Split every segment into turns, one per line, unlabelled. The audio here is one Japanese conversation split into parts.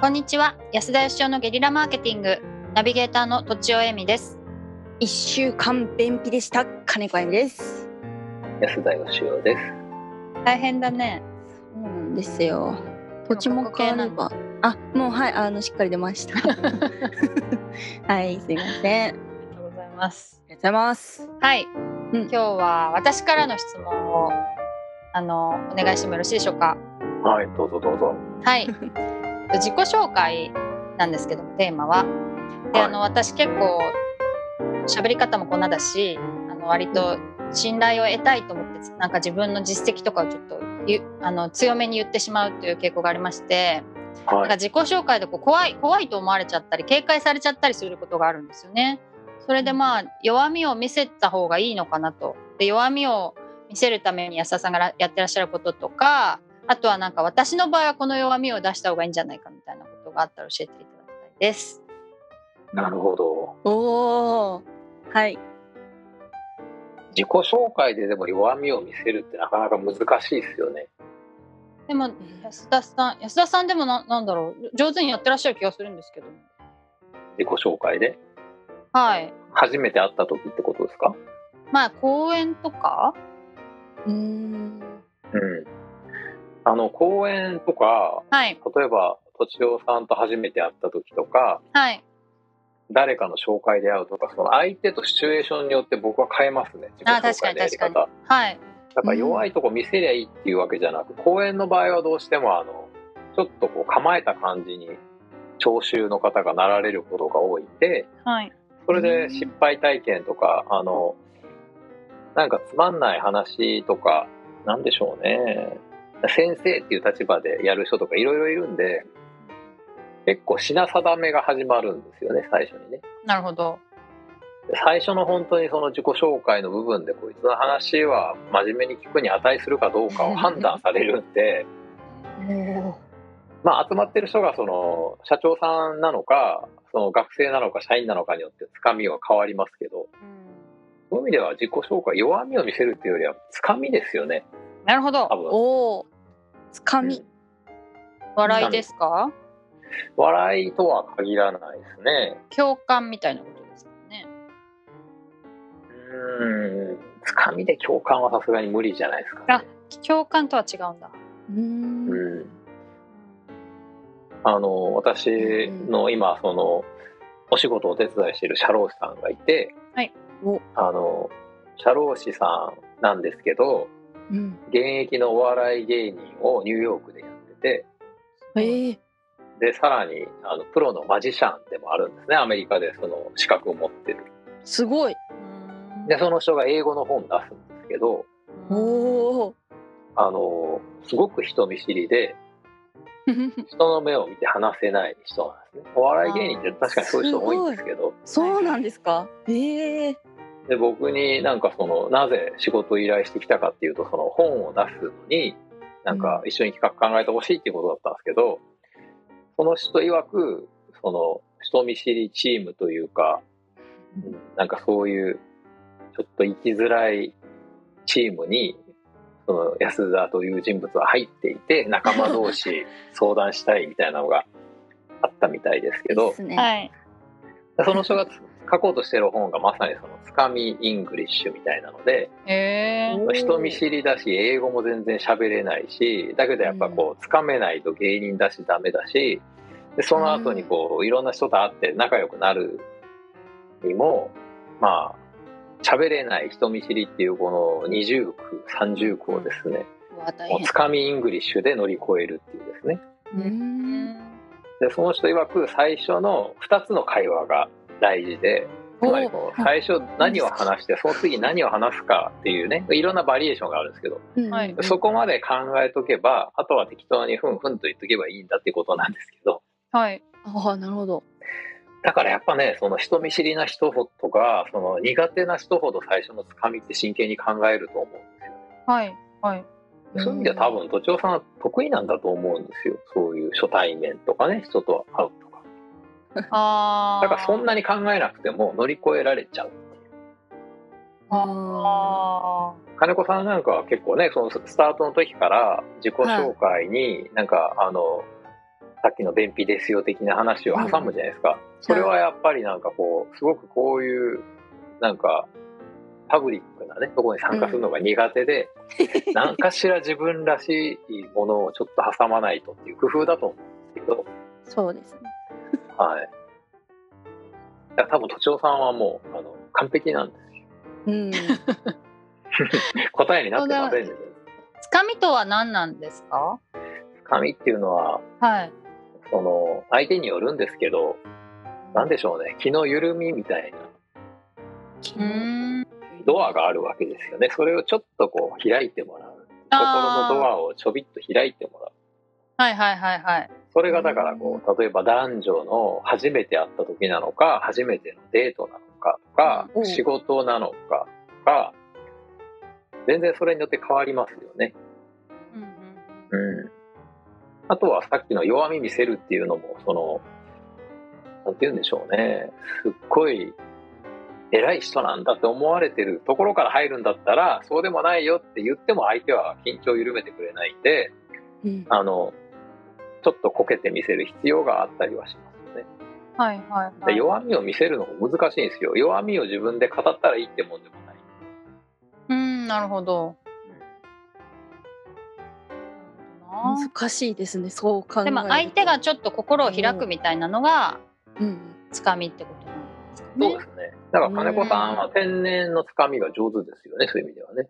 こんにちは安田義生のゲリラマーケティングナビゲーターのとちおえみです
一週間便秘でした金子あゆみです
安田義雄です。
大変だね
そうなんですよ土地も変わればあもうはいあのしっかり出ました はいすい
あり
ませんありがとう
がとうございます
ございます
はい、
うん
今日は私からの質問をあのお願いしてもよろしいでしょうか
はい、どうぞどうぞ。
はい 自己紹介なんですけどもテーマはであの私結構喋り方もこんなだしあの割と信頼を得たいと思ってなんか自分の実績とかをちょっとゆあの強めに言ってしまうという傾向がありまして、なん
は
か
い。
自己紹介でこう怖い怖いと思われちゃったり警戒されちゃったりすることがあるんですよね。それでまあ弱みを見せた方がいいのかなと。で弱みを見せるために安田さんがらやってらっしゃることとかあとはなんか私の場合はこの弱みを出した方がいいんじゃないかみたいなことがあったら教えていただきたいです。
なるほど。
おおはい
自己紹介ででも弱みを見せるってなかなか難しいですよね。
でも安田さん安田さんでもななんだろう上手にやってらっしゃる気がするんですけど。
自己紹介で
はい。
初めて会った時ってことですか？
まあ講演とか
うーん
うん。あの講演とか
はい
例えば土地郎さんと初めて会った時とか
はい。
誰かの紹介で会うとかその相手とシチュエーションによって僕は変えますね。自
あ
己紹介のやり
確か
方。
はい。
だから弱いとこ見せりゃいいっていうわけじゃなく、公演の場合はどうしてもあのちょっとこう構えた感じに聴衆の方がなられることが多いんで
はい。
それで失敗体験とかあのなんかつまんない話とかなんでしょうね先生っていう立場でやる人とかいろいろいるんで結構品定めが始まるんですよね最初にね。
なるほど。
最初の本当にその自己紹介の部分でこいつの話は真面目に聞くに値するかどうかを判断されるんで まあ集まってる人がその社長さんなのかその学生なのか社員なのかによってつかみは変わりますけどそういう意味では自己紹介弱みを見せるっていうよりはつかみですよね
なるほど
多。分
おおつかみ、
笑いですか
笑いとは限らないですね
共感みたいなことですかね。
うーんつかみで共感はさすがに無理じゃないですか、ね、
共感とは違うんだ。
うーん
うんあの私の今そのお仕事をお手伝いしている社労士さんがいて、
はい
お
あの社労士さんなんですけど
うん
現役のお笑い芸人をニューヨークでやって
ええ
てでさらにあのプロのマジシャンでもあるんですねアメリカでその資格を持ってる
すごい
でその人が英語の本出すんですけど
う
お
ん
お
あのすごく人見知りで人の目を見て話せない人なんですねお笑い芸人って確かにそういう人多いんですけど
そうなんですかええ
で僕になんかそのなぜ仕事を依頼してきたかっていうとその本を出すのになんか一緒に企画考えてほしいっていうことだったんですけどその人曰くその人見知りチームというかうんなんかそういうちょっと生きづらいチームにその安田という人物は入っていて仲間同士 相談したいみたいなのがあったみたいですけ
いい
ど
っすね、
はい。
その人が書こうとしてる本がまさにそのつかみイングリッシュみたいなので
えー
おー
人見知りだし英語も全然喋れないしだけどやっぱこうつかめないと芸人だしダメだしでその後にこういろんな人と会って仲良くなるにもまあ喋れない人見知りっていうこの二重苦三重苦をですね
うわ大
もう
変
つかみイングリッシュで乗り越えるっていうですね
うーん
でその人曰く最初の2つの会話が大事でつまりこう
おー
最初何を話してその次何を話すかっていうねいろんなバリエーションがあるんですけど
はい
うん
そこまで考えとけばあとは適当にふんふんと言っとけばいいんだってことなんですけど
はい。
ああなるほど
だからやっぱねその人見知りな人とかその苦手な人ほど最初のつかみって真剣に考えると思うんですよね。
はい。はい。
そういう意味では多分土地さんは得意なんだと思うんですよそういう初対面とかね人と会うとか
ああ。
だからそんなに考えなくても乗り越えられちゃう
あ
あ
金子さんなんかは結構ねそのスタートの時から自己紹介になんか、あのさっきの便秘ですよ的な話を挟むじゃないですか、それはやっぱりなんかこうすごくこういうなんかパブリックなねとこに参加するのが苦手で、何かしら自分らしいものをちょっと挟まないとっていう工夫だと思うんですけど、
そうですね。
はい、だから多分とちおさんはもうあの完璧なんです
うん。
答えになってませんね
つかみとは何なんですか
紙っていうのは
はい。
その相手によるんですけどなんでしょうね気の緩みみたいな
うーん。
ドアがあるわけですよねそれをちょっとこう開いてもらう心のド
あ
アをちょびっと開いてもらう
ーはいはいはいはい。
それがだからこう例えば男女の初めて会った時なのか初めてのデートなのかとか
うん
仕事なのかとか全然それによって変わりますよね。
うんうん
うん、あとはさっきの弱み見せるっていうのもそのなんて言うんでしょうねすっごい偉い人なんだって思われてるところから入るんだったらそうでもないよって言っても相手は緊張を緩めてくれないんで
うん
あのちょっとこけて見せる必要があったりはしますよね。
はいはいは
で
い。
弱みを見せるのも難しいんですよ弱みを自分で語ったらいいってもんでもない
うん、なるほど。
難しいですね。そう考える
で
と。
も相手がちょっと心を開くみたいなのが
うん。
つかみってことなんですかね。
そうですねだから金子さんは天然のつかみが上手ですよねそういう意味ではね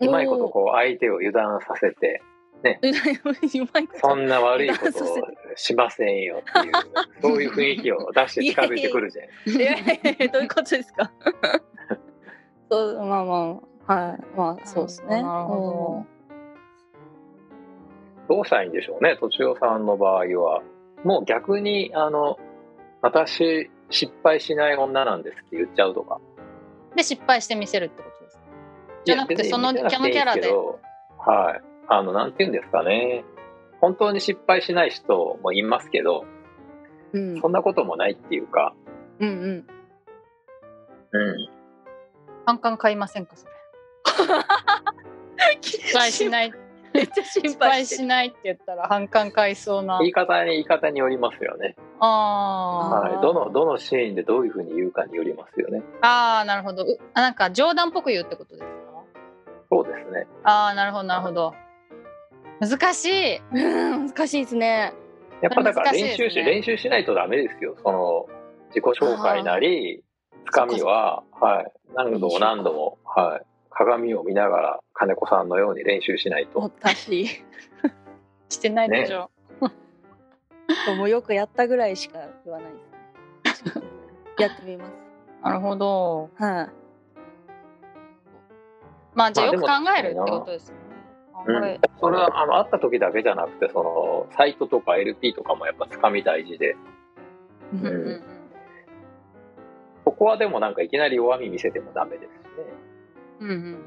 うん
うまいことこう相手を油断させて
うらやましいうまいこと
そんな悪いことを
油
しません よっていうそういう雰囲気を出して近づいてくるじゃないです
いやいやいやどういうことですか。そうまあまあはいま あそうですね。
なるほ
かどうしたらいいんでしょうねとちおさんの場合はもう逆にあの私失敗しない女なんですって言っちゃうとか
ど。で失敗して見せるってことですか。じゃなくて
いや別に
その
見せなくていいすけどはいあのなんて言うんですかね本当に失敗しない人もいますけど
うん
そんなこともないっていうか、
うんうん。
うん、
カンカン買いませんかそれ。失敗しない。
めっちゃ心
失
配
敗
して
し
る。
ないって言ったら反感買いそうな
言。い方に言い方によりますよね、
あ
は
あー
い、どのどのシーンでどういうふうに言うかによりますよね
あ。ああなるほど。うあなんか冗談っぽく言うってことですか。
そうですね
ああなるほどなるほど。難しい。
うん難しいですね。
やっぱだから
難しいで
練
すね
習し、練習しないとダメですよその自己紹介なりつかみは、はい、何度も何度も、はい、鏡を見ながら金子さんのように練習しないと
私
してないでしょ。
もうよくやったぐらいしか言わないですね。 やってみます。
なるほど。
はい。
まあじゃあ
まあ
よく考えるっ
で
て
も
ことですね。
う
考
ん
え
それはあの会った時だけじゃなくてそのサイトとか LP とかもやっぱつかみ大事で
うんうん
ん
うん
ここはでもなんかいきなり弱み見せてもダメですしね
うんうんうん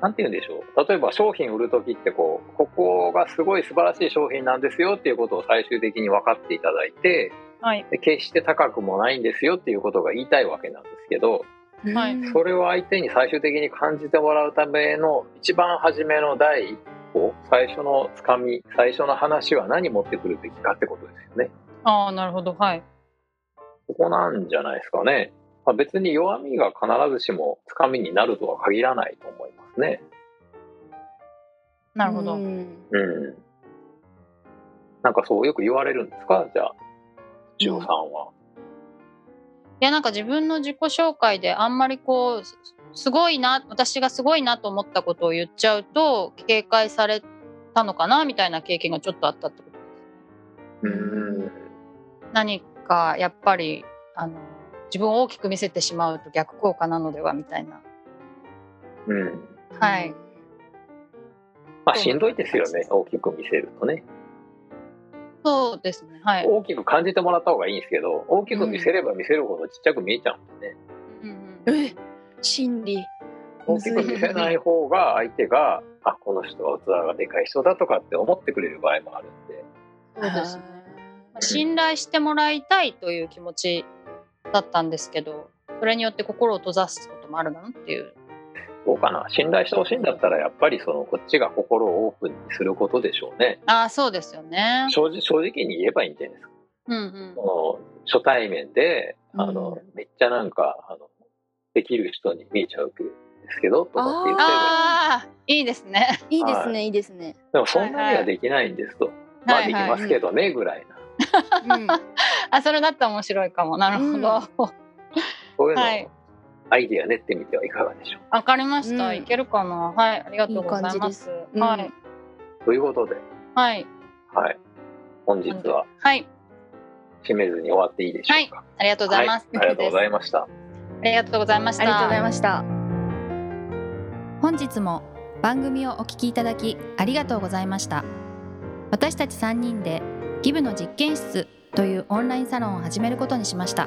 なんて言うんでしょう例えば商品売る時ってこうここがすごい素晴らしい商品なんですよっていうことを最終的に分かっていただいて
はい。
で決して高くもないんですよっていうことが言いたいわけなんですけど
はい
うん
それを相手に最終的に感じてもらうための一番初めの第一歩最初のつかみ最初の話は何持ってくるべきかってことですよね。
ああなるほどはい。
ここなんじゃないですかね。まあ、別に弱みが必ずしもつかみになるとは限らないと思いますね。
なるほ
う
ど。
ん
うん。なんかそうよく言われるんですかじゃあ、千代さんは。
いやなんか自分の自己紹介であんまりこうすすごいな私がすごいなと思ったことを言っちゃうと警戒されたのかなみたいな経験がちょっとあったってこと
う
う
んん。
何かやっぱりあの自分を大きく見せてしまうと逆効果なのではみたいな
うん。
はい。
まあしんどいですよね。大きく見せるとね。
そうですねはい、
大きく感じてもらった方がいいんですけど、大きく見せれば見せるほどちっちゃく見えちゃうんでね。
うんうん
え、心理。
大きく見せない方が相手が、あ、この人は器がでかい人だとかって思ってくれる場合もあるんで。
そうですねまあ信頼してもらいたいという気持ちだったんですけどそれによって心を閉ざすこともあるなっていう
どうかな信頼してほしいんだったらやっぱりそのこっちが心をオープンにすることでしょうね
ああそうですよね。
正直正直に言えばいいんじゃないですか
うんうん
その初対面であの、
う
めっちゃなんかあのできる人に見えちゃうんですけどとかって言って
ああいいですね。
いいです
は
ねいいですね。
でもそんなにはできないんですと、
はい
まあ
はい
できますけどねぐらいな
うん
あそれだったら面白いかも。なるほど。わ、
そういうのを
はい
アイディア練ってみてはいかがでしょうか、
かりました、
うん
いけるかな。はいありがとうござい
いい
ま。
感じですうん
はい、
ということで、
はい
はい、本日は
はい
締めずに終わっていいでしょうか、
ありがとうございます。
はいありがとうございました
ありがとうございまし
ありがとう
た
ござ。いました。
本日も番組をお聞きいただきありがとうございました私たち3人でギブの実験室というオンラインサロンを始めることにしました